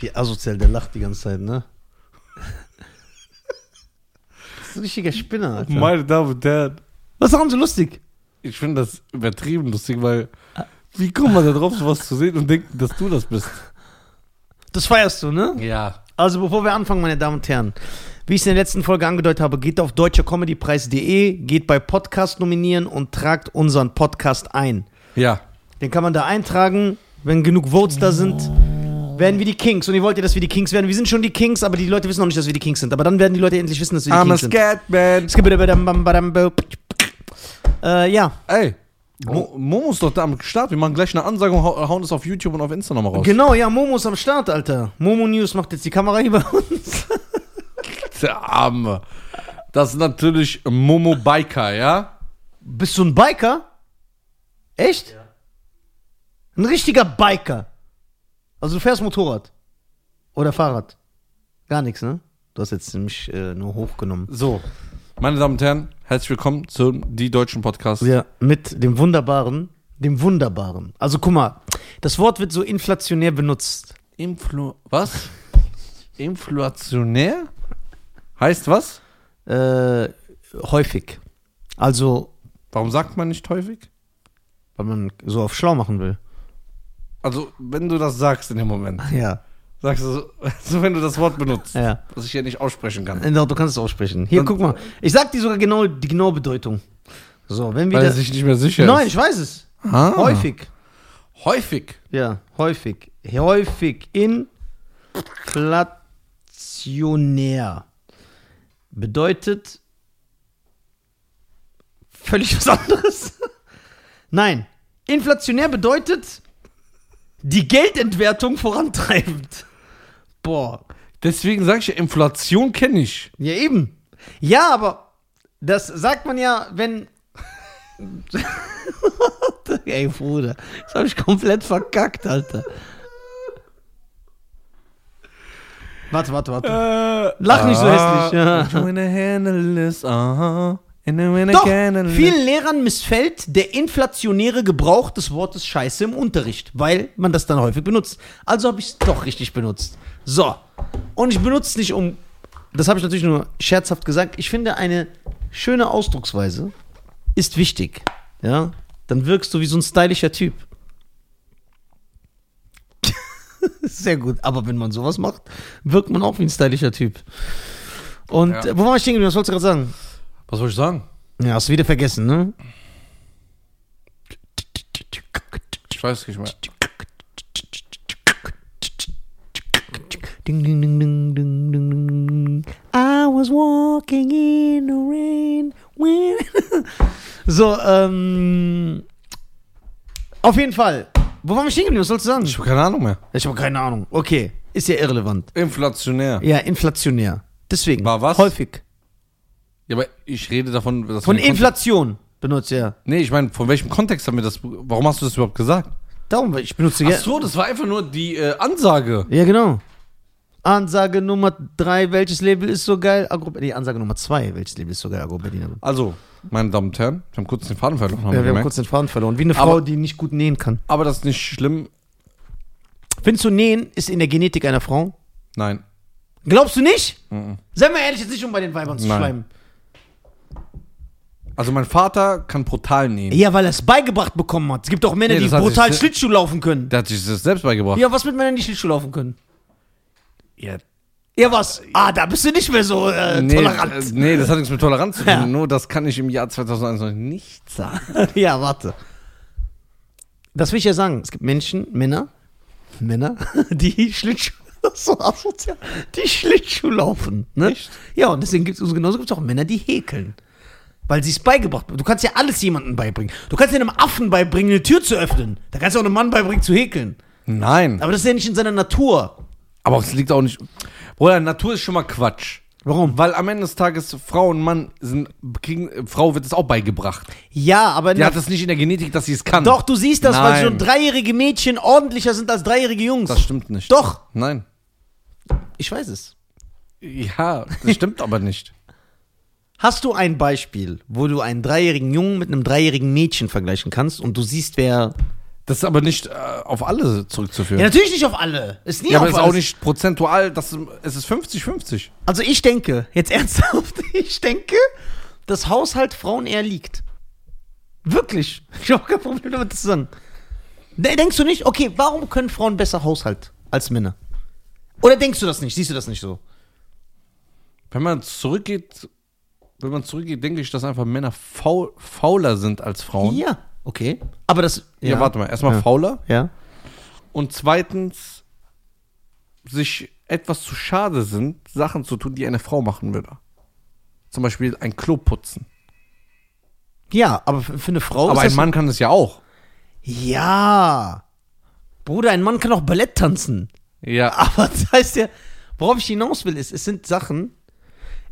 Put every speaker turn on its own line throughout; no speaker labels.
Wie asozial, der lacht die ganze Zeit, ne? Das ist ein richtiger Spinner, Alter.
Meine Damen und Herren,
Was haben sie lustig?
ich finde das übertrieben lustig, weil wie kommt man da drauf, sowas zu sehen und denken, dass du das bist?
Das feierst du, ne?
Ja.
Also bevor wir anfangen, meine Damen und Herren, wie ich es in der letzten Folge angedeutet habe, geht auf deutschercomedypreis.de, geht bei Podcast nominieren und tragt unseren Podcast ein.
Ja.
Den kann man da eintragen, wenn genug Votes da sind. Werden wir die Kings und ihr wollt ja, dass wir die Kings werden. Wir sind schon die Kings, aber die Leute wissen noch nicht, dass wir die Kings sind. Aber dann werden die Leute endlich wissen, dass wir die
I'm a
Kings sind.
Scatman.
Skibidibidambambadambo. Äh, ja,
Ey, Mo Momo ist doch da am Start. Wir machen gleich eine Ansage und hau- hauen es auf YouTube und auf Insta nochmal raus.
genau, ja, Momo ist am Start, Alter. Momo News macht jetzt die Kamera über uns.
Der Arme. Das ist natürlich Momo Biker, ja?
Bist du ein Biker? Echt? Ein richtiger Biker. Also du fährst Motorrad. Oder Fahrrad. Gar nichts, ne? Du hast jetzt mich äh, nur hochgenommen.
So. Meine Damen und Herren, herzlich willkommen zum Die Deutschen Podcast.
Ja, mit dem Wunderbaren. Dem Wunderbaren. Also guck mal, das Wort wird so inflationär benutzt.
Influ... Was? Inflationär? Heißt was?
Äh, häufig. Also,
Warum sagt man nicht häufig?
weil man so auf schlau machen will.
Also, wenn du das sagst in dem Moment,
Ja.
sagst du so, so wenn du das Wort benutzt,
Ja. Äh,
was ich ja nicht aussprechen kann.
Doch, du kannst es aussprechen. Hier,
Dann-
guck mal. Ich sag dir sogar genau die genaue Bedeutung. So, wenn wir
Weil er
das.
sich nicht mehr sicher
Nein,
ist.
ich weiß es.
Ah.
Häufig.
Häufig.
Ja, häufig. Häufig inflationär bedeutet völlig was anderes. Nein, inflationär bedeutet die Geldentwertung vorantreibend. Boah,
Deswegen sage ich ja, Inflation kenne ich.
ja eben. Ja, aber das sagt man ja, wenn... Ey, Bruder, das habe ich komplett verkackt, Alter. Warte, warte, warte. Lach Äh, nicht so
Ah.
hässlich, ja.
Uh-huh.
Doch, vielen Lehrern missfällt der inflationäre Gebrauch des Wortes Scheiße im Unterricht, weil man das dann häufig benutzt. Also habe ich es doch richtig benutzt. So, und ich benutze es nicht um, das habe ich natürlich nur scherzhaft gesagt, ich finde eine schöne Ausdrucksweise ist wichtig, ja. Dann wirkst du wie so ein stylischer Typ. Sehr gut, aber wenn man sowas macht, wirkt man auch wie ein stylischer Typ. Und
Ja.
äh, wo war ich stehen geblieben? Was wolltest du gerade sagen?
Was soll ich sagen?
Ja, hast du wieder vergessen, ne?
Ich weiß nicht mehr.
Ding, ding, ding, ding, ding, ding, ding. I was walking in the rain. When so, ähm. Auf jeden Fall. Wo waren wir stehen geblieben? Was sollst du sagen?
Ich habe keine Ahnung mehr.
Ich habe keine Ahnung. Okay, ist ja irrelevant.
Inflationär.
Ja, inflationär. Deswegen.
War was?
Häufig.
Ja, aber ich rede davon, dass
Von
wir den Kon-
Inflation benutzt er.
Nee, ich meine, von welchem Kontext haben wir das? Warum hast du das überhaupt gesagt?
Darum, ich benutze
Ach
ja.
so, das war einfach nur die äh, Ansage.
Ja, genau. Ansage Nummer 3, welches Label ist so geil? Agro nee, Ansage Nummer 2, welches Label ist so geil? Agro Berliner.
Also, meine Damen und Herren, wir haben kurz den Faden verloren.
Ja,
Haben wir
wir haben
gemerkt.
kurz den Faden verloren. Wie eine
Aber-
Frau, die nicht gut nähen kann.
Aber das ist nicht schlimm.
Findest du, nähen ist in der Genetik einer Frau?
Nein.
Glaubst du nicht? Sei mal ehrlich, jetzt nicht um bei den Weibern zu
Nein.
schleimen.
Also, mein Vater kann brutal nähen.
Ja, weil er es beigebracht bekommen hat. Es gibt auch Männer,
Nee,
die
das hat
brutal
sich-
Schlittschuh laufen können.
Der hat sich das selbst beigebracht.
Ja, was mit Männern, die Schlittschuh laufen können?
Ja,
Ja, was? Ah, da bist du nicht mehr so äh,
nee,
tolerant.
äh, Nee, das hat nichts mit Toleranz zu tun.
Ja.
Nur das kann ich im Jahr 2021 nicht sagen.
ja, warte. Das will ich ja sagen. Es gibt Menschen, Männer, Männer, die Schlittschuh, das ist so asozial, die Schlittschuh laufen. Ne?
Echt?
Ja, und deswegen gibt es genauso gibt's auch Männer, die häkeln. Weil sie es beigebracht Du kannst ja alles jemandem beibringen. Du kannst ja einem Affen beibringen, eine Tür zu öffnen. Da kannst du auch einem Mann beibringen, zu häkeln.
Nein.
Aber das ist ja nicht in seiner Natur.
Aber es liegt auch nicht. Bruder, Natur ist schon mal Quatsch.
Warum?
Weil am Ende des Tages Frau und Mann sind, kriegen, äh, Frau wird es auch beigebracht.
Ja, aber in
Die
der
hat es nicht in der Genetik, dass sie es kann.
Doch, du siehst das, weil
Nein.
schon dreijährige Mädchen ordentlicher sind als dreijährige Jungs.
Das stimmt nicht.
Doch,
Nein.
ich weiß es.
Ja, das stimmt aber nicht.
Hast du ein Beispiel, wo du einen dreijährigen Jungen mit einem dreijährigen Mädchen vergleichen kannst und du siehst, wer
Das ist aber nicht äh, auf alle zurückzuführen.
Ja, natürlich nicht auf alle. Ist nie
Ja, aber
auf
ist
alles.
auch nicht prozentual, das ist, es ist 50-50.
Also ich denke, jetzt ernsthaft, ich denke, dass Haushalt Frauen eher liegt. Wirklich. Ich habe kein Problem damit zu sagen. Ne, Denkst du nicht, okay, warum können Frauen besser Haushalt als Männer? Oder denkst du das nicht? Siehst du das nicht so?
Wenn man zurückgeht, wenn man zurückgeht, denke ich, dass einfach Männer faul, fauler sind als Frauen. Ja,
Ja, okay. Aber das.
warte mal, erstmal
Ja.
fauler
Ja.
und zweitens sich etwas zu schade sind, Sachen zu tun, die eine Frau machen würde. Zum Beispiel ein Klo putzen.
Ja, aber für für eine Frau
Aber
ist
ein
Oh, das.
Mann kann das ja auch.
ja. Bruder, ein Mann kann auch Ballett tanzen.
Ja.
Aber das heißt ja, worauf ich hinaus will, ist, es sind Sachen.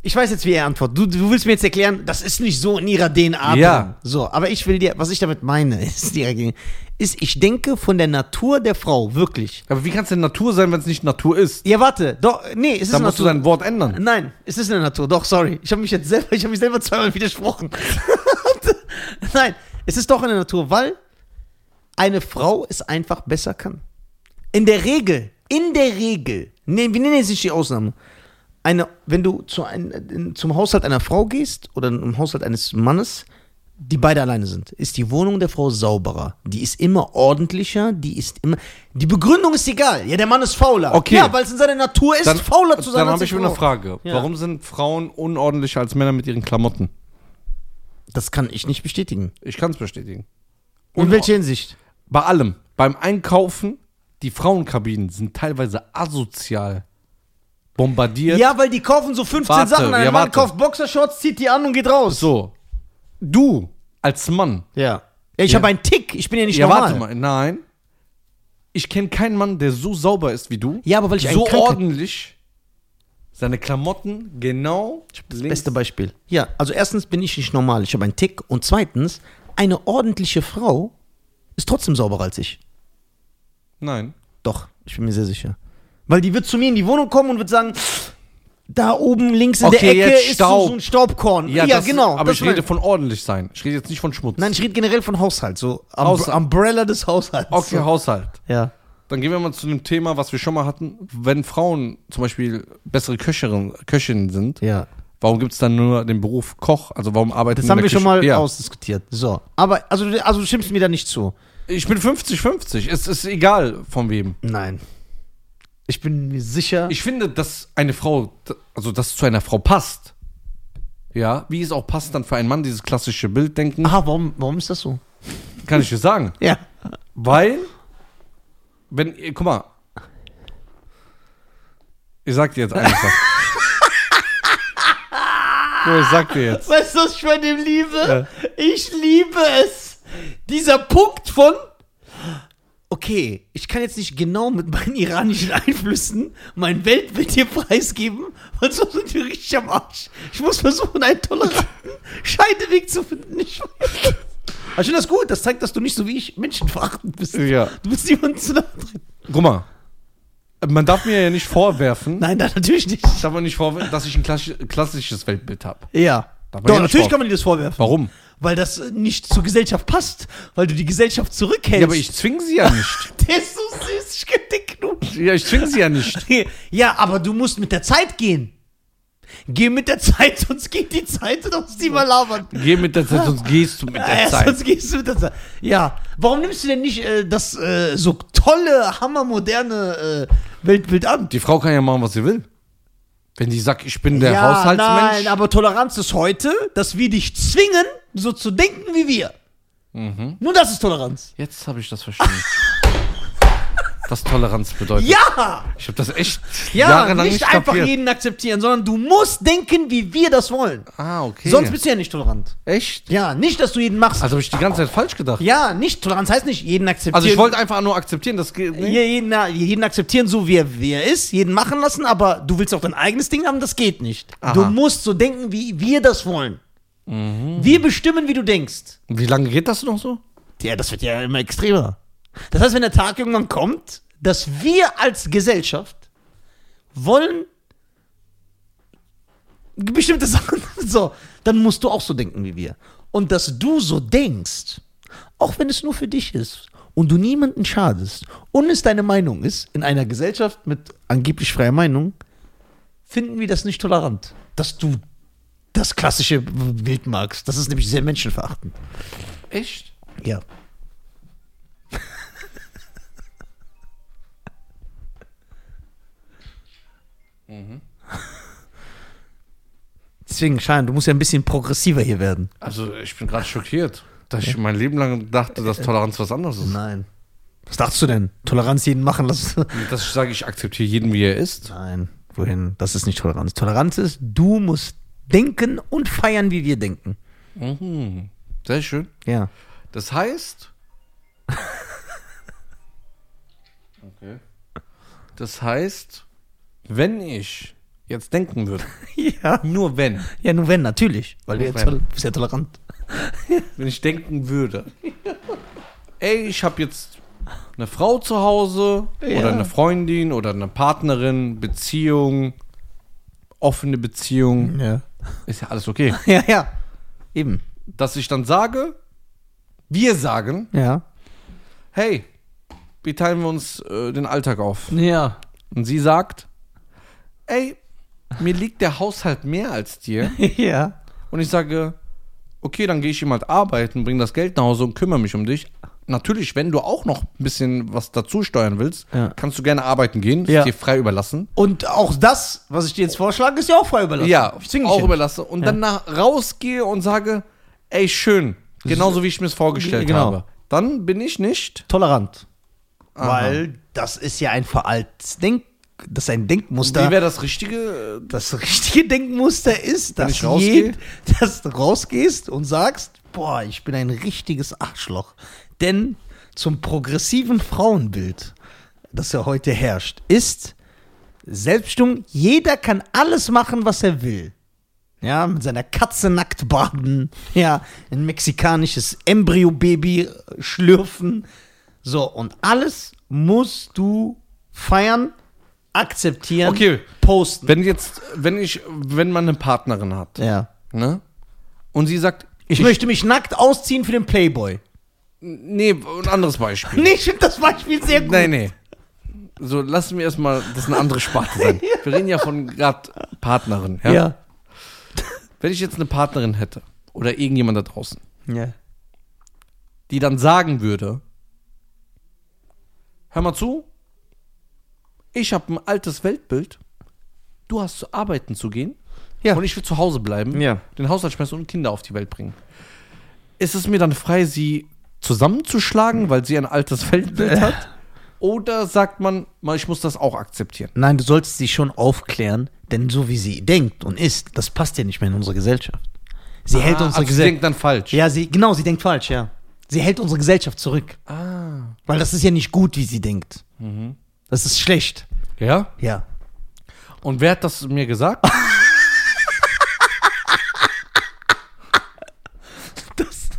Ich weiß jetzt, wie er antwortet. Du, du willst mir jetzt erklären, das ist nicht so in ihrer DNA.
Ja.
drin. So, aber ich will dir, was ich damit meine, ist, die Regel- ist, ich denke von der Natur der Frau, wirklich.
Aber wie kann es denn Natur sein, wenn es nicht Natur ist?
Ja, warte, doch, nee, es ist
Dann musst du
Natur.
dein Wort ändern.
Nein, es ist eine Natur. Doch, sorry. Ich habe mich jetzt selber, ich habe mich selber zweimal widersprochen. Nein, es ist doch eine Natur, weil eine Frau es einfach besser kann. In der Regel, in der Regel, nee, wir nennen jetzt nicht die Ausnahme. Eine, wenn du zu ein, in, zum Haushalt einer Frau gehst oder im Haushalt eines Mannes, die beide alleine sind, ist die Wohnung der Frau sauberer. Die ist immer ordentlicher, die ist immer. Die Begründung ist egal. Ja, der Mann ist fauler.
Okay.
Ja, weil es in seiner Natur ist, fauler zu sein.
Dann
als
habe
die
ich eine
Frau.
Frage.
Ja.
Warum sind Frauen unordentlicher als Männer mit ihren Klamotten?
Das kann ich nicht bestätigen.
Ich kann es bestätigen.
In welcher Hinsicht?
Bei allem. Beim Einkaufen, die Frauenkabinen sind teilweise asozial bombardiert.
Ja, weil die kaufen so 15
Warte,
Sachen. Ein
ja,
Mann
warte.
kauft Boxershorts, zieht die an und geht raus.
So. Du als Mann.
Ja. ja ich
Ja.
habe einen Tick. Ich bin ja nicht
ja,
normal.
warte mal. Nein. Ich kenne keinen Mann, der so sauber ist wie du.
Ja, aber weil ich
so
einen Kranken-
ordentlich seine Klamotten genau
Das beste Beispiel. Ja, also erstens bin ich nicht normal. Ich habe einen Tick. Und zweitens, eine ordentliche Frau ist trotzdem sauberer als ich.
Nein.
Doch, ich bin mir sehr sicher. Weil die wird zu mir in die Wohnung kommen und wird sagen, da oben links in
Okay,
der Ecke
jetzt
ist so,
Staub.
so ein Staubkorn.
das-
genau.
Aber
das
ich rede
mein-
von ordentlich sein. Ich rede jetzt nicht von Schmutz.
Nein, ich rede generell von Haushalt. So Umbre-
Haushalt.
Umbrella des Haushalts.
okay, Haushalt.
Ja.
Dann gehen wir mal zu dem Thema, was wir schon mal hatten. Wenn Frauen zum Beispiel bessere Köcherin, Köchinnen sind,
Ja.
warum gibt es dann nur den Beruf Koch? Also warum arbeiten
Das
in
haben
der
wir schon
Küche-
mal
ja.
ausdiskutiert. So. Aber, also, du- also du stimmst mir da nicht zu.
Ich bin 50-50. Es ist egal von wem.
Nein. Ich bin mir sicher.
Ich finde, dass eine Frau, also dass es zu einer Frau passt. Ja, wie es auch passt dann für einen Mann, dieses klassische Bilddenken,
Aha, Ah, warum, warum ist das so?
kann ich dir sagen.
Ja.
Weil, wenn, guck mal. Ich sag dir jetzt einfach. so, ich sag dir jetzt.
Weißt du, was ich bei dem liebe? Ich liebe es. Dieser Punkt von. Okay, ich kann jetzt nicht genau mit meinen iranischen Einflüssen mein Weltbild hier preisgeben, weil sonst sind wir richtig am Arsch. Ich muss versuchen, einen toleranten Scheideweg zu finden. Ich weiß. Aber ich finde das gut, das zeigt, dass du nicht so wie ich menschenverachtend bist.
Ja.
Du bist niemand zu nahe drin.
Guck mal. Man darf mir ja nicht vorwerfen,
Nein, nein, natürlich nicht.
darf man nicht vorwerfen dass ich ein klassi- klassisches Weltbild habe.
Ja.
Darf man
Doch,
ja nicht
natürlich
vor-
kann man dir das vorwerfen.
Warum?
Weil das äh, nicht zur Gesellschaft passt, weil du die Gesellschaft zurückhältst.
Ja, aber ich zwinge sie ja nicht.
Der ist so süß, ich könnte den knutschen.
Ja, ich zwinge sie ja nicht.
Ja, aber du musst mit der Zeit gehen. Geh mit der Zeit, sonst geht die Zeit und uns die mal labern.
Geh mit der Zeit, sonst gehst du mit der
Ja,
Zeit.
sonst gehst du mit der Zeit. Ja, warum nimmst du denn nicht äh, das äh, so tolle, hammermoderne äh, Weltbild an?
Die Frau kann ja machen, was sie will. Wenn die sagt, ich bin der
ja,
Haushaltsmensch.
Nein, aber Toleranz ist heute, dass wir dich zwingen, so zu denken wie wir.
Mhm.
Nur das ist Toleranz.
Jetzt habe ich das verstanden. was Toleranz bedeutet.
Ja!
Ich habe das echt
Ja,
jahrelang
nicht,
nicht,
einfach
kapiert.
jeden akzeptieren, sondern du musst denken, wie wir das wollen.
Ah, okay.
Sonst bist du ja nicht tolerant.
echt?
Ja, nicht, dass du jeden machst.
Also habe ich die ganze Zeit falsch gedacht.
ja, nicht Toleranz heißt nicht jeden akzeptieren.
Also ich wollte einfach nur akzeptieren, das geht nicht.
Je- jeden, na, jeden akzeptieren, so wie er, wie er ist, jeden machen lassen, aber du willst auch dein eigenes Ding haben, das geht nicht.
Aha.
Du musst so denken, wie wir das wollen. Wir bestimmen, wie du denkst.
Wie lange geht das noch so?
Ja, das wird ja immer extremer. Das heißt, wenn der Tag irgendwann kommt, dass wir als Gesellschaft wollen bestimmte Sachen, so, dann musst du auch so denken wie wir. Und dass du so denkst, auch wenn es nur für dich ist und du niemanden schadest und es deine Meinung ist, in einer Gesellschaft mit angeblich freier Meinung, finden wir das nicht tolerant, dass du das klassische Bild magst. Das ist nämlich sehr menschenverachtend.
Echt?
Ja. Deswegen, Schein, du musst ja ein bisschen progressiver hier werden.
Also, ich bin gerade schockiert, dass ich mein Leben lang dachte, dass Toleranz was anderes ist.
Nein. Was dachtest du denn? Toleranz jeden machen lassen?
Dass ich sage, ich akzeptiere jeden, wie er ist.
Nein, wohin? Das ist nicht Toleranz. Toleranz ist, du musst denken und feiern, wie wir denken.
Sehr schön.
Ja.
Das heißt. okay. Das heißt, wenn ich jetzt denken würde,
Ja,
nur wenn,
ja nur wenn, natürlich. Weil du
Nur
ja
wenn.
tol bist ja tolerant.
wenn ich denken würde, ey, ich habe jetzt eine Frau zu Hause
Ja.
oder eine Freundin oder eine Partnerin, Beziehung, offene Beziehung,
Ja.
ist ja alles okay.
Ja, ja. Eben.
Dass ich dann sage, wir sagen,
Ja.
hey, wie teilen wir uns äh, den Alltag auf?
Ja.
Und sie sagt, ey, mir liegt der Haushalt mehr als dir.
Ja.
Und ich sage, okay, dann gehe ich jemand arbeiten, bringe das Geld nach Hause und kümmere mich um dich. Natürlich, wenn du auch noch ein bisschen was dazu steuern willst,
Ja.
kannst du gerne arbeiten gehen,
Ja.
ist dir frei überlassen.
Und auch das, was ich dir jetzt vorschlage, ist ja auch frei überlassen.
Ja,
ich zwinge
auch
dich. ja
überlasse. Und dann nach, rausgehe und sage, ey, schön, genauso wie ich mir es vorgestellt
Genau.
habe. Dann bin ich nicht
nicht. Tolerant. Weil das ist ja ein veraltetes Denk, das ist ein Denkmuster.
Wie wäre das Richtige?
das richtige Denkmuster ist, dass
ich
du
rausgehe?
dass du rausgehst und sagst, boah, ich bin ein richtiges Arschloch. Denn zum progressiven Frauenbild, das ja heute herrscht, ist Selbstbestimmung. Jeder kann alles machen, was er will. Ja, mit seiner Katze nackt baden, ja, ein mexikanisches Embryo-Baby äh, schlürfen. So, und alles musst du feiern, akzeptieren,
Okay.
posten.
Wenn jetzt, wenn ich, wenn man eine Partnerin hat,
Ja.
ne? Und sie sagt,
Ich, möchte mich nackt ausziehen für den Playboy.
nee, ein anderes Beispiel.
Nee, ich finde das Beispiel sehr gut.
Nein, nee. So, lassen wir erstmal, das ist eine andere Sparte sein. Wir reden ja von gerade Partnerin. Ja?
Ja.
Wenn ich jetzt eine Partnerin hätte oder irgendjemand da draußen,
Ja.
die dann sagen würde, hör mal zu, ich habe ein altes Weltbild, du hast zu arbeiten zu gehen
Ja.
und ich will zu Hause bleiben,
Ja.
den Haushalt schmeißen und Kinder auf die Welt bringen. Ist es mir dann frei, sie zusammenzuschlagen, weil sie ein altes Weltbild hat? Oder sagt man, "Ma, ich muss das auch akzeptieren?
Nein, du sollst sie schon aufklären, denn so wie sie denkt und ist, das passt ja nicht mehr in unsere Gesellschaft. Sie hält unsere
also sie denkt
Gesellschaft.
dann falsch.
Ja, sie, genau, sie denkt falsch, ja. Sie hält unsere Gesellschaft zurück.
Ah. Mhm.
Weil das ist ja nicht gut, wie sie denkt. Das ist schlecht.
ja?
Ja.
Und wer hat das mir gesagt?
Das,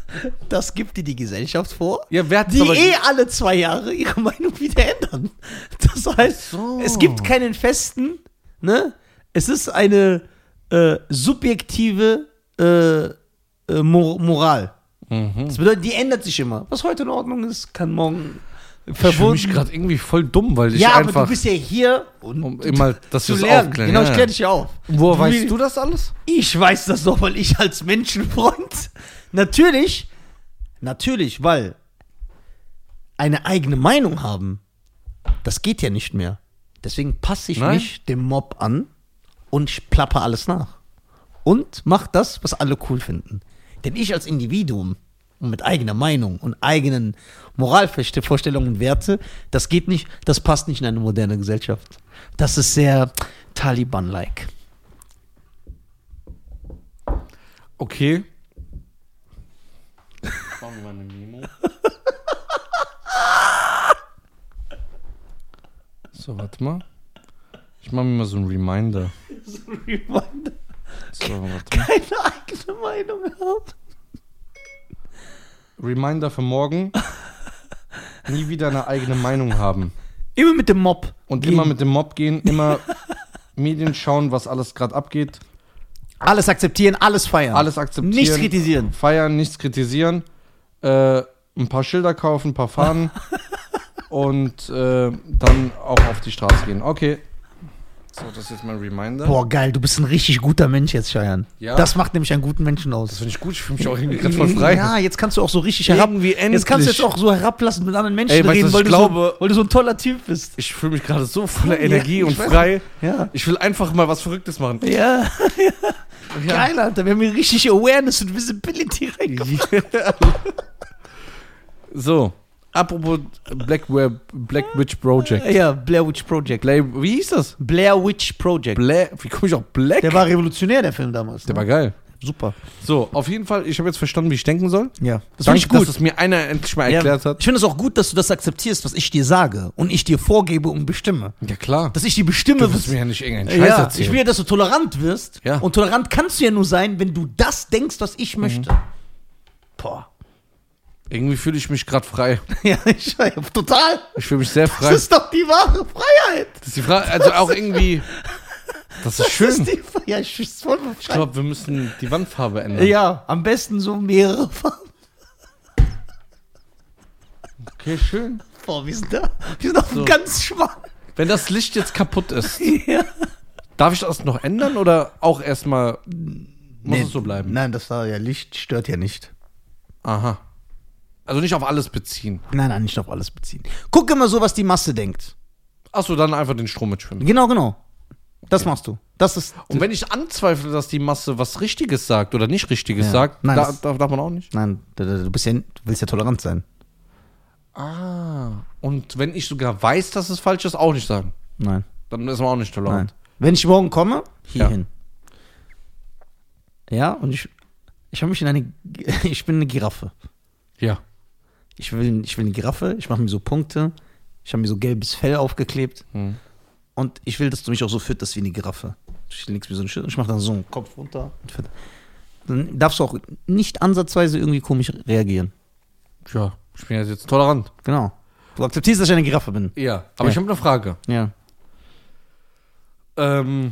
das gibt dir die Gesellschaft vor.
ja, wer hat
die eh alle zwei Jahre ihre Meinung wieder ändern. Das heißt,
so.
es gibt keinen festen, ne? Es ist eine äh, subjektive äh, äh, Mor Moral.
Mhm.
Das bedeutet, die ändert sich immer. Was heute in Ordnung ist, kann morgen
Ich fühle mich
verwunden.
gerade irgendwie voll dumm, weil ich
Ja, aber
einfach
du bist ja hier, und
um immer dass
zu
wir's
lernen.
aufklären.
Genau,
ja,
ich
ja.
kläre dich ja auf.
Woher
Du
weißt
will-
du das alles?
ich weiß das doch, weil ich als Menschenfreund. Natürlich, natürlich, weil eine eigene Meinung haben, das geht ja nicht mehr. Deswegen passe ich
Nein.
mich dem Mob an und ich plappe alles nach. Und mach das, was alle cool finden. Denn ich als Individuum und mit eigener Meinung und eigenen Moralvorstellungen und Werte, das geht nicht, das passt nicht in eine moderne Gesellschaft. Das ist sehr Taliban-like.
Okay. so, warte mal. Ich mache mir mal so einen Reminder.
Reminder.
So, warte.
keine eigene Meinung haben.
Reminder für morgen. Nie wieder eine eigene Meinung haben.
Immer mit dem Mob.
Und
gehen.
immer mit dem Mob gehen, immer Medien schauen, was alles gerade abgeht.
alles akzeptieren, alles feiern.
Alles akzeptieren.
Nichts kritisieren.
Feiern, nichts kritisieren. Äh, ein paar Schilder kaufen, ein paar Fahnen und äh, dann auch auf die Straße gehen. Okay. So, das ist jetzt mein Reminder.
Boah, geil, du bist ein richtig guter Mensch jetzt, Scheiern.
Ja.
Das macht nämlich einen guten Menschen aus.
finde ich gut, ich fühle mich auch irgendwie gerade voll frei.
Ja, jetzt kannst du auch so richtig herab.
Irgendwie
Jetzt kannst du jetzt auch so herablassen mit anderen Menschen
Ey, weißt du,
reden,
was
weil
ich
du, so,
glaube?
weil du so ein toller Typ bist.
Ich fühle mich gerade so voller
Ja,
Energie
ich
und
weiß.
frei.
Ja.
Ich will einfach mal was Verrücktes machen.
Ja,
Ja.
geil, Alter. Wir haben hier richtig Awareness und Visibility reingebracht.
so, apropos Black, Web, Black Witch Project.
Ja, Blair Witch Project.
Blair, wie hieß das?
Blair Witch Project.
Blair, wie komme ich auf Black?
Der war revolutionär, der Film damals. ne?
Der war geil.
super.
So, auf jeden Fall, ich habe jetzt verstanden, wie ich denken soll.
Ja, das finde
Danke,
ich gut.
dass es mir einer endlich mal erklärt
ja.
hat.
Ich finde es auch gut, dass du das akzeptierst, was ich dir sage und ich dir vorgebe und bestimme.
Ja, klar.
Dass ich dir bestimme,
Du wirst
was
mir ja nicht irgendeinen Scheiß
ja, ich
erzählen.
will ja, dass du tolerant wirst.
Ja. Mhm.
Und tolerant kannst du ja nur sein, wenn du das denkst, was ich möchte. Boah.
irgendwie fühle ich mich gerade frei.
Ja, ich total.
Ich fühle mich sehr frei.
Das ist doch die wahre Freiheit.
Das ist die Frage, also auch irgendwie. Das ist schön.
Das ist die Freiheit. Ja, ich ist voll
Ich glaube, wir müssen die Wandfarbe ändern.
Ja, am besten so mehrere Farben.
Okay, schön.
Boah, wir sind da. Wir sind auf dem ganz schwachen.
Wenn das Licht jetzt kaputt ist,
Ja.
darf ich das noch ändern oder auch erstmal muss es so bleiben?
Nein, das war ja Licht, stört ja nicht.
Aha. Also nicht auf alles beziehen.
Nein, nein, nicht auf alles beziehen. Guck immer so, was die Masse denkt.
Achso, dann einfach den Strom mitschwimmen.
Genau, genau. Das machst du. Das ist.
Und wenn ich anzweifle, dass die Masse was Richtiges sagt oder nicht Richtiges
Ja.
sagt,
Nein,
da,
das-
da darf man auch nicht.
Nein, du- du du bist ja, du willst ja tolerant sein.
Ah. Und wenn ich sogar weiß, dass es falsch ist, auch nicht sagen.
Nein,
Dann ist man auch nicht
nein.
tolerant.
Wenn ich morgen komme, hierhin. Ja, und ich, ich habe mich in eine, ich bin eine Giraffe.
Ja.
Ich will, ich will eine Giraffe. Ich mache mir so Punkte. Ich habe mir so gelbes Fell aufgeklebt.
Hm.
Und ich will, dass du mich auch so fütterst wie eine Giraffe. Ich leg's mir so einen Schild und ich mache dann so einen Kopf runter. Und fütter- dann darfst du auch nicht ansatzweise irgendwie komisch reagieren.
Ja. Ich bin jetzt, jetzt tolerant.
Genau. Du akzeptierst, dass ich eine Giraffe bin.
Ja. Aber
Ja.
ich habe eine Frage.
Ja.
Ähm.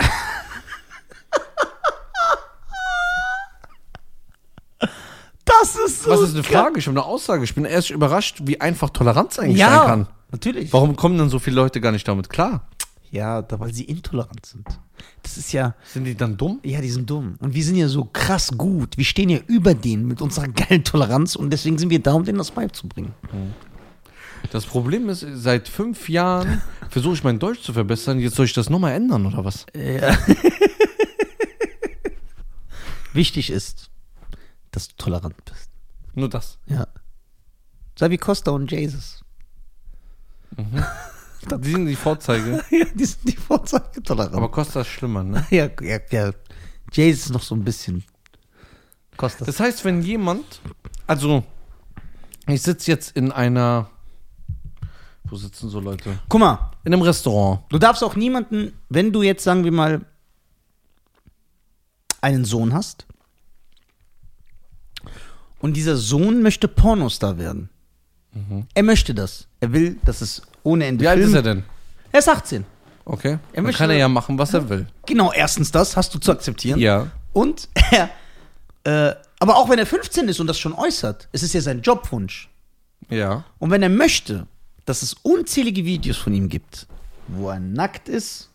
Das ist so.
Was ist eine Frage? Ich habe eine Aussage. Ich bin erst überrascht, wie einfach Toleranz eigentlich
Ja,
sein kann.
natürlich.
Warum kommen denn so viele Leute gar nicht damit klar?
Ja, da, weil sie intolerant sind. Das ist ja,
Sind die dann dumm?
ja, die sind dumm. Und wir sind ja so krass gut. Wir stehen ja über denen mit unserer geilen Toleranz und deswegen sind wir da, um denen das beizubringen.
Das Problem ist, seit fünf Jahren versuche ich mein Deutsch zu verbessern. Jetzt soll ich das nochmal ändern oder was?
Äh. Wichtig ist, dass du tolerant bist.
Nur das.
Ja. Sei wie Costa und Jesus.
Die sind die Vorzeige.
Ja, die sind die Vorzeige tolerant.
Aber Costa ist schlimmer, ne?
ja, ja, ja. Jesus ist noch so ein bisschen. Costa.
Das heißt, wenn jemand, also ich sitze jetzt in einer, wo sitzen so Leute?
Guck mal,
In einem Restaurant.
Du darfst auch niemanden, wenn du jetzt, sagen wir mal, einen Sohn hast und dieser Sohn möchte Pornostar werden. Er möchte das. Er will, dass es ohne Ende
Mhm. Wie alt
Film-
ist er denn?
Er ist 18.
Okay. Dann
möchte-
kann er ja machen, was er will.
Genau, erstens das hast du zu akzeptieren.
Ja.
Und er, äh, aber auch wenn er 15 ist und das schon äußert, es ist ja sein Jobwunsch.
Ja.
Und wenn er möchte, dass es unzählige Videos von ihm gibt, wo er nackt ist,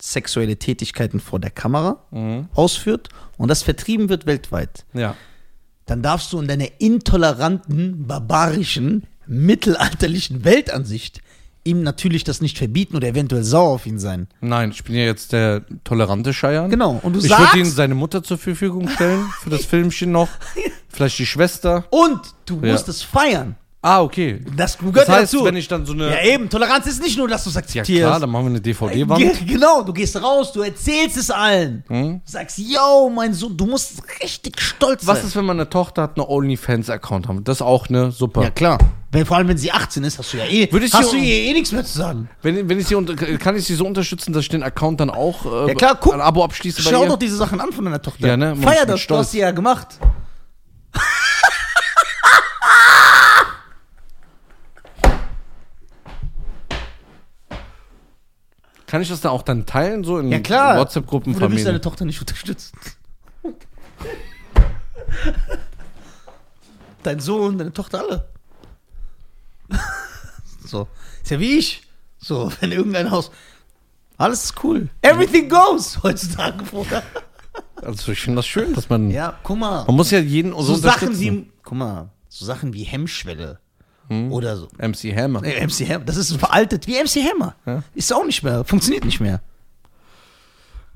sexuelle Tätigkeiten vor der Kamera
Mhm.
ausführt und das vertrieben wird weltweit,
Ja.
dann darfst du in deiner intoleranten, barbarischen, mittelalterlichen Weltansicht ihm natürlich das nicht verbieten oder eventuell sauer auf ihn sein.
Nein, ich bin ja jetzt der tolerante Scheiern.
Genau, und du
ich
sagst-
würde ihm seine Mutter zur Verfügung stellen für das Filmchen noch. Vielleicht die Schwester.
Und du
Ja.
musst es feiern.
Ah, okay.
Das gehört
Das heißt,
dazu.
wenn ich dann so eine.
ja eben, Toleranz ist nicht nur, dass du es
Ja,
akzeptierst.
klar, dann machen wir eine DVD-Wand.
Ge- Genau, du gehst raus, du erzählst es allen. Sagst, yo, mein Sohn, du musst richtig stolz
Hm? Was
sein.
ist, wenn man eine Tochter hat, eine OnlyFans-Account haben? Das ist auch eine super.
Ja, klar. Wenn, vor allem, wenn sie 18 ist, hast du ja eh,
Würde ich
hast du
sie-
ihr eh nichts mehr zu sagen.
Wenn, wenn ich sie unter, kann ich sie so unterstützen, dass ich den Account dann auch äh,
Ja, klar, guck.
ein Abo abschließe bei
Schau
ihr?
doch diese Sachen an von deiner Tochter.
Ja, ne? Man
Feier
ist
das, du
stolz.
hast sie ja gemacht.
Kann ich das dann auch dann teilen, so in
Ja, klar.
WhatsApp-Gruppen,
Oder willst du
Familien?
deine Tochter nicht unterstützen? Dein Sohn, deine Tochter, alle. So. Ist ja wie ich. So, wenn irgendein Haus. Alles ist cool. Everything goes heutzutage, Bruder.
Also ich finde das schön, dass man.
Ja, guck mal.
Man muss ja jeden so,
so Sachen
unterstützen. Hm?
wie, guck mal, so Sachen wie Hemmschwelle oder so.
MC Hammer.
Nee, MC Hammer, das ist veraltet wie MC Hammer. Ist auch nicht mehr, funktioniert nicht mehr.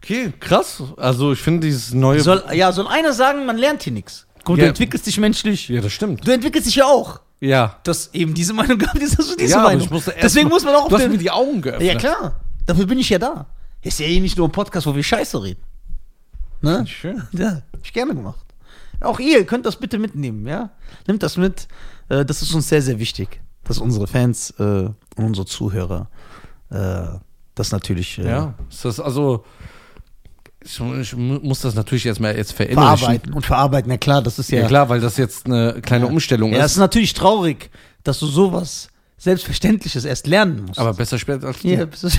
Okay, krass. Also ich finde dieses neue.
Soll, ja, soll einer sagen, man lernt hier nichts. Guck,
Ja.
du entwickelst dich menschlich.
ja, das stimmt.
Du entwickelst dich ja auch.
Ja.
Dass eben diese Meinung gab, jetzt hast du diese
ja, aber
Meinung.
ich musste erst
Deswegen
mal-
muss man auch auf
Du hast
den-
mir die Augen geöffnet.
Ja, klar. Dafür bin ich ja da. Ist ja eh nicht nur ein Podcast, wo wir Scheiße reden. Ne?
Schön.
Ja, hab ich gerne gemacht. Auch ihr könnt das bitte mitnehmen, ja? Nimmt das mit. Äh, Das ist uns sehr, sehr wichtig, dass unsere Fans äh, und unsere Zuhörer äh, das natürlich äh,
Ja. Ist das also. Ich, ich mu- muss das natürlich erstmal jetzt verinnerlichen.
verarbeiten und verarbeiten. Ja, klar, das ist ja.
Ja klar, weil das jetzt eine kleine Umstellung
Ja, es
ist.
ist natürlich traurig, dass du sowas Selbstverständliches erst lernen musst.
Aber besser spät als nie.
ja, das ist-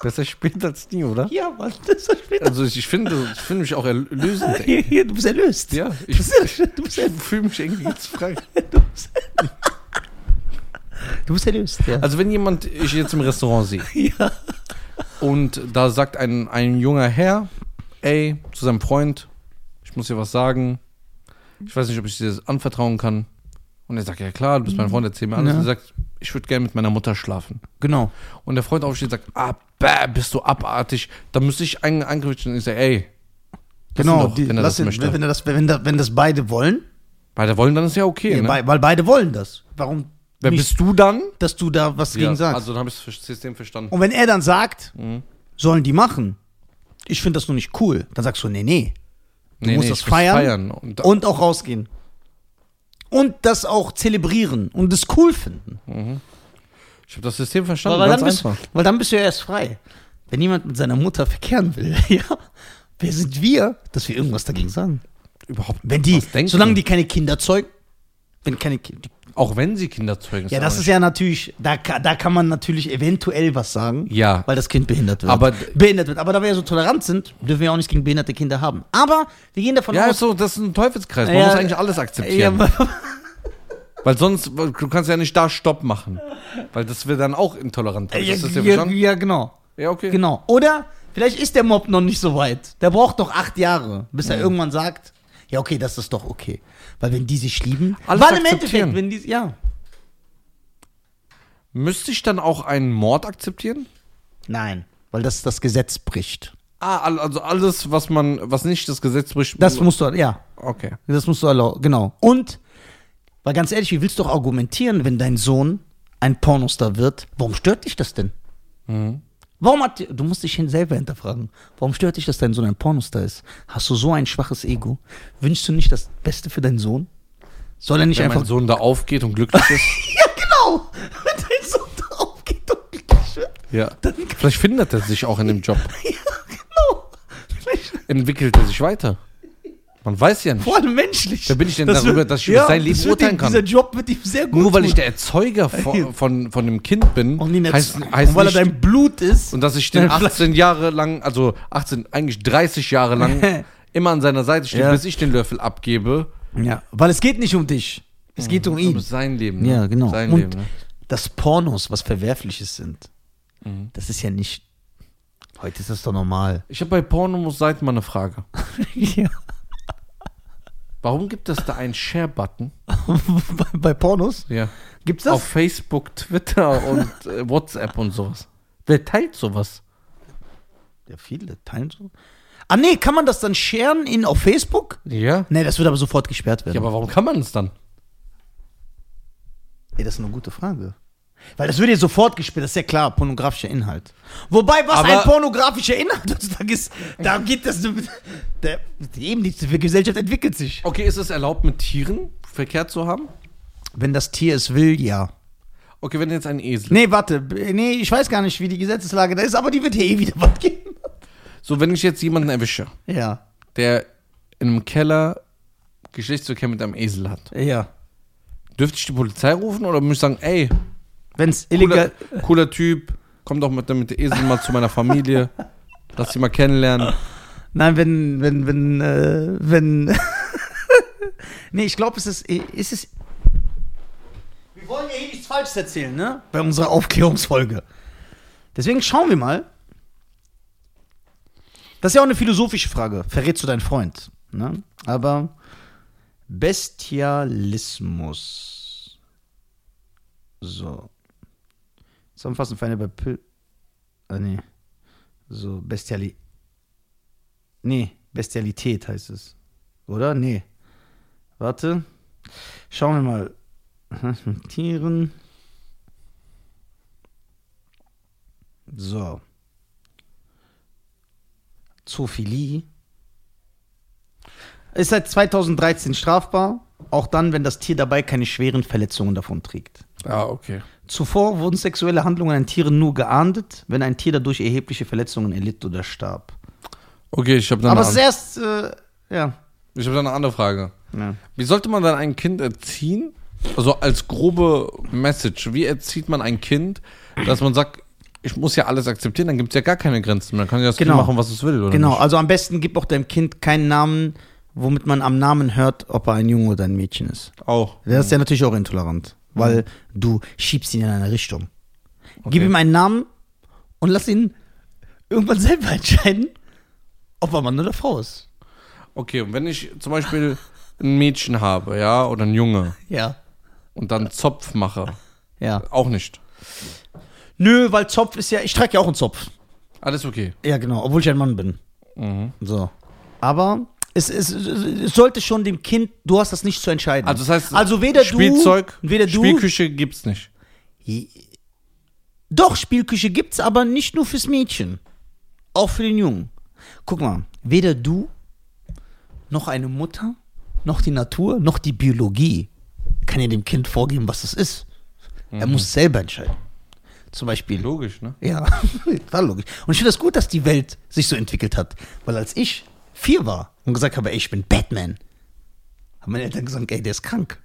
Besser spät als nie, oder?
ja Mann, das ist doch später.
Also ich, ich finde, ich finde mich auch erlösend. ey.
Hier, hier, du bist erlöst.
Ja,
Du
ich,
bist, erlöst. du bist
ich fühle mich irgendwie jetzt frei.
Du bist erlöst, ja.
Also wenn jemand ich jetzt im Restaurant sehe
ja.
und da sagt ein, ein junger Herr, ey, zu seinem Freund, ich muss dir was sagen, ich weiß nicht, ob ich dir das anvertrauen kann. Und er sagt, ja klar, du bist mein Freund, erzähl mir alles.
Mhm. Ja.
Und er sagt, ich würde gerne mit meiner Mutter schlafen.
Genau.
Und der Freund aufsteht und sagt, ah, bäh, bist du abartig, da müsste ich einen angriffen. Und ich sage, ey, lass ihn
Genau,
doch,
die,
wenn er
lass
das
ihn,
möchte.
Wenn, er das, wenn, da, wenn das beide wollen,
Beide wollen, dann ist ja okay.
ja,
ne?
bei- weil beide wollen das. Warum
Wer
nicht,
bist du dann?
dass du da was
Ja,
gegen sagst?
Also Mhm. dann habe ich das System verstanden.
Und wenn er dann sagt, sollen die machen, ich finde das nur nicht cool, dann sagst du, nee, nee,
Du
musst das feiern
Und,
und auch rausgehen. Und das auch zelebrieren und es cool finden.
ich habe das System verstanden.
Weil, weil,
ganz
dann bist,
einfach.
weil dann bist du ja erst frei. Wenn jemand mit seiner Mutter verkehren will, ja, wer sind wir, dass wir irgendwas dagegen
Mhm.
sagen?
überhaupt
Wenn die,
was denken.
solange die keine Kinder zeugen, wenn keine Ki- die,
Auch wenn sie Kinder zeugen.
Ja, das ist ja natürlich, da, ka- da kann man natürlich eventuell was sagen,
Ja.
weil das Kind behindert wird.
Aber-
behindert wird. Aber da wir ja so tolerant sind, dürfen wir auch nichts gegen behinderte Kinder haben. Aber wir gehen davon
Ja,
aus,
ist so, das ist ein Teufelskreis. Man
Ja,
muss eigentlich alles akzeptieren.
ja,
weil sonst, weil du kannst ja nicht da Stopp machen. Weil das wäre dann auch intolerant. Hab ich
ja,
das System
ja,
verstanden?
ja, genau.
Ja, okay.
Genau. Oder vielleicht ist der Mob noch nicht so weit. Der braucht doch acht Jahre, bis
Mhm.
er irgendwann sagt, ja, okay, das ist doch okay. Weil wenn die sich lieben,
Alles
weil im
akzeptieren.
Endeffekt, wenn die, ja,
Müsste ich dann auch einen Mord akzeptieren?
nein, weil das das Gesetz bricht.
Ah, al- also alles, was man, was nicht das Gesetz bricht.
Das musst du, ja,
okay.
Das musst du erlauben, genau. Und, weil ganz ehrlich, wie willst du doch argumentieren, wenn dein Sohn ein Pornostar wird? Warum stört dich das denn?
Mhm.
Warum hat, du musst dich hin selber hinterfragen. Warum stört dich, dass dein Sohn ein Pornostar ist? Hast du so ein schwaches Ego? Wünschst du nicht das Beste für deinen Sohn? Soll er nicht
Wenn mein
einfach.
Sohn da aufgeht und glücklich ist.
Ja, genau! Wenn dein Sohn da aufgeht und glücklich wird.
ja. Vielleicht findet er sich auch in dem Job.
Ja, genau!
Entwickelt er sich weiter. Man weiß ja nicht.
Vor allem menschlich.
Wer bin ich denn
Das
darüber,
wird-
dass ich über sein Leben
das wird
urteilen
ihm-
kann?
Dieser Job wird ihm sehr gut
Nur weil
tun.
ich der Erzeuger von, von, von dem Kind bin,
Und, ihn jetzt,
heißt,
und
heißt
weil
nicht,
er dein Blut ist.
und dass ich den
Dein Fleisch.
18 Jahre lang, also 18, eigentlich 30 Jahre lang immer an seiner Seite stehe,
Ja.
bis ich den Löffel abgebe.
Ja, weil es geht nicht um dich. Es geht um
Um
ihn.
sein Leben. Ne?
Ja, genau.
Sein
Und
Leben. Ne?
dass Pornos was Verwerfliches sind,
Mhm.
das ist ja nicht. Heute ist das doch normal.
Ich habe bei Pornomus-Seiten mal eine Frage.
ja.
Warum gibt es da einen Share-Button?
bei, bei Pornos
Ja.
gibt's
Auf Facebook, Twitter und äh, WhatsApp und sowas. Wer teilt sowas?
Ja, viele teilen so. Ah, nee, kann man das dann sharen in, auf Facebook?
Ja.
Nee, das wird aber sofort gesperrt werden.
Ja, aber warum kann man es dann?
Ey, das ist eine gute Frage. Weil das wird ja sofort gesperrt, das ist ja klar, pornografischer Inhalt. Wobei, was
Aber-
ein pornografischer Inhalt heutzutage ist, da geht das. Der, eben die Gesellschaft entwickelt sich.
Okay, ist es erlaubt, mit Tieren Verkehr zu haben?
Wenn das Tier es will, ja.
Okay, wenn jetzt ein Esel.
Nee, warte. b- Nee, ich weiß gar nicht, wie die Gesetzeslage da ist, aber die wird hier eh wieder was geben.
So, wenn ich jetzt jemanden erwische,
Ja,
der in einem Keller Geschlechtsverkehr mit einem Esel hat,
ja.
dürfte ich die Polizei rufen oder muss ich sagen, ey,
Wenn es
cooler,
illegal.
cooler Typ, komm doch mit, mit der Esel mal zu meiner Familie, lass sie mal kennenlernen.
Nein, wenn, wenn, wenn, äh, wenn. nee, ich glaube, es ist. Ist es. Wir wollen ja hier nichts Falsches erzählen, ne? Bei unserer Aufklärungsfolge. Deswegen schauen wir mal. Das ist ja auch eine philosophische Frage. Verrätst du deinen Freund? Ne? Aber Bestialismus. So. Zusammenfassend Feinde bei Pil. Ah, nee. So, Bestiali. Nee, Bestialität heißt es. Oder? Nee. Warte. Schauen wir mal. Was mit Tieren? So. Zoophilie. Ist seit 2013 strafbar, auch dann, wenn das Tier dabei keine schweren Verletzungen davonträgt.
Ah, okay.
Zuvor wurden sexuelle Handlungen an Tieren nur geahndet, wenn ein Tier dadurch erhebliche Verletzungen erlitt oder starb.
Okay, ich habe dann,
Aber
eine
es ist
an-
erst, äh, ja.
ich hab dann eine andere Frage.
ja.
Wie sollte man dann ein Kind erziehen? Also als grobe Message, wie erzieht man ein Kind, dass man sagt, ich muss ja alles akzeptieren, dann gibt es ja gar keine Grenzen mehr. Dann kann ja das
Genau.
Kind machen, was es will, oder
Genau,
nicht?
also am besten gib auch deinem Kind keinen Namen, womit man am Namen hört, ob er ein Junge oder ein Mädchen ist.
Auch.
Das ist ja natürlich auch intolerant, weil du schiebst ihn in eine Richtung. Gib
Mhm. Okay.
ihm einen Namen und lass ihn irgendwann selber entscheiden, ob er Mann oder Frau ist.
Okay, und wenn ich zum Beispiel ein Mädchen habe, ja, oder ein Junge,
Ja.
und dann Zopf mache,
Ja.
auch nicht.
Nö, weil Zopf ist ja, ich trage ja auch einen Zopf.
Alles okay.
Ja, genau, obwohl ich ein Mann bin.
Mhm.
So. Aber es, es, es sollte schon dem Kind, du hast das nicht zu entscheiden.
Also das heißt,
also weder
Spielzeug,
du, weder du,
Spielküche gibt's nicht.
Doch, Spielküche gibt's, aber nicht nur fürs Mädchen. Auch für den Jungen. Guck mal, weder du, noch eine Mutter, noch die Natur, noch die Biologie kann ja dem Kind vorgeben, was es ist. Er muss selber entscheiden. Zum Beispiel.
Logisch, ne?
Ja, war logisch. Und ich finde das gut, dass die Welt sich so entwickelt hat. Weil als ich vier war und gesagt habe, ey, ich bin Batman, haben meine Eltern gesagt, ey, der ist krank.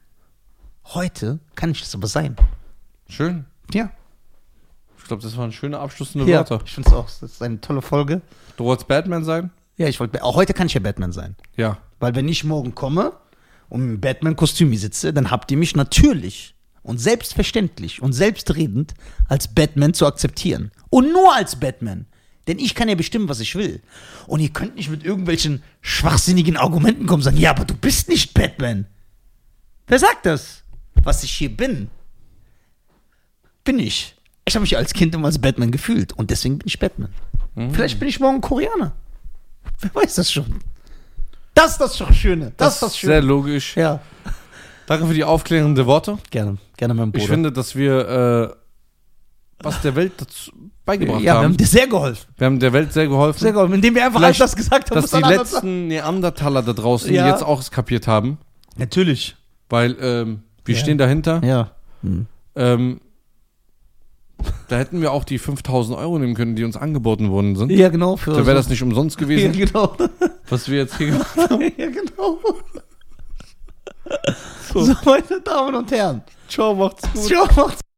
Heute kann ich das aber sein.
Schön.
Ja.
Ich glaube, das waren schöne abschließende
Ja,
Wörter.
ich finde es auch, das ist eine tolle Folge.
Du wolltest Batman sein?
Ja, ich wollte, auch heute kann ich ja Batman sein.
Ja.
Weil wenn ich morgen komme und im Batman-Kostüm hier sitze, dann habt ihr mich natürlich und selbstverständlich und selbstredend als Batman zu akzeptieren. Und nur als Batman. Denn ich kann ja bestimmen, was ich will. Und ihr könnt nicht mit irgendwelchen schwachsinnigen Argumenten kommen und sagen, ja, aber du bist nicht Batman. Wer sagt das? Was ich hier bin, bin ich. Ich habe mich als Kind immer als Batman gefühlt und deswegen bin ich Batman. Vielleicht bin ich morgen Koreaner. Wer weiß das schon? Das ist das schon Schöne. Das, ist das
Sehr
Schöne.
logisch.
Ja,
Danke für die aufklärenden Worte.
gerne. Gerne, mein Bruder.
Ich finde, dass wir äh, was der Welt dazu beigebracht
ja, wir haben
haben.
dir sehr geholfen.
Wir haben der Welt sehr geholfen,
Sehr geholfen, indem wir einfach
Vielleicht,
alles das gesagt haben. was
dass die
alle anderen sagen.
letzten Neandertaler da draußen
Ja.
jetzt auch es kapiert haben,
Natürlich. Hm.
weil ähm, wir
Ja.
stehen dahinter.
Ja.
Ähm, da hätten wir auch die 5000 Euro nehmen können, die uns angeboten worden sind.
Ja, genau. Für
Da wäre das nicht umsonst
ja,
gewesen,
genau.
was wir jetzt hier gemacht
ja, genau. So. so, meine Damen und Herren.
haben. Ciao, macht's
Ciao, macht's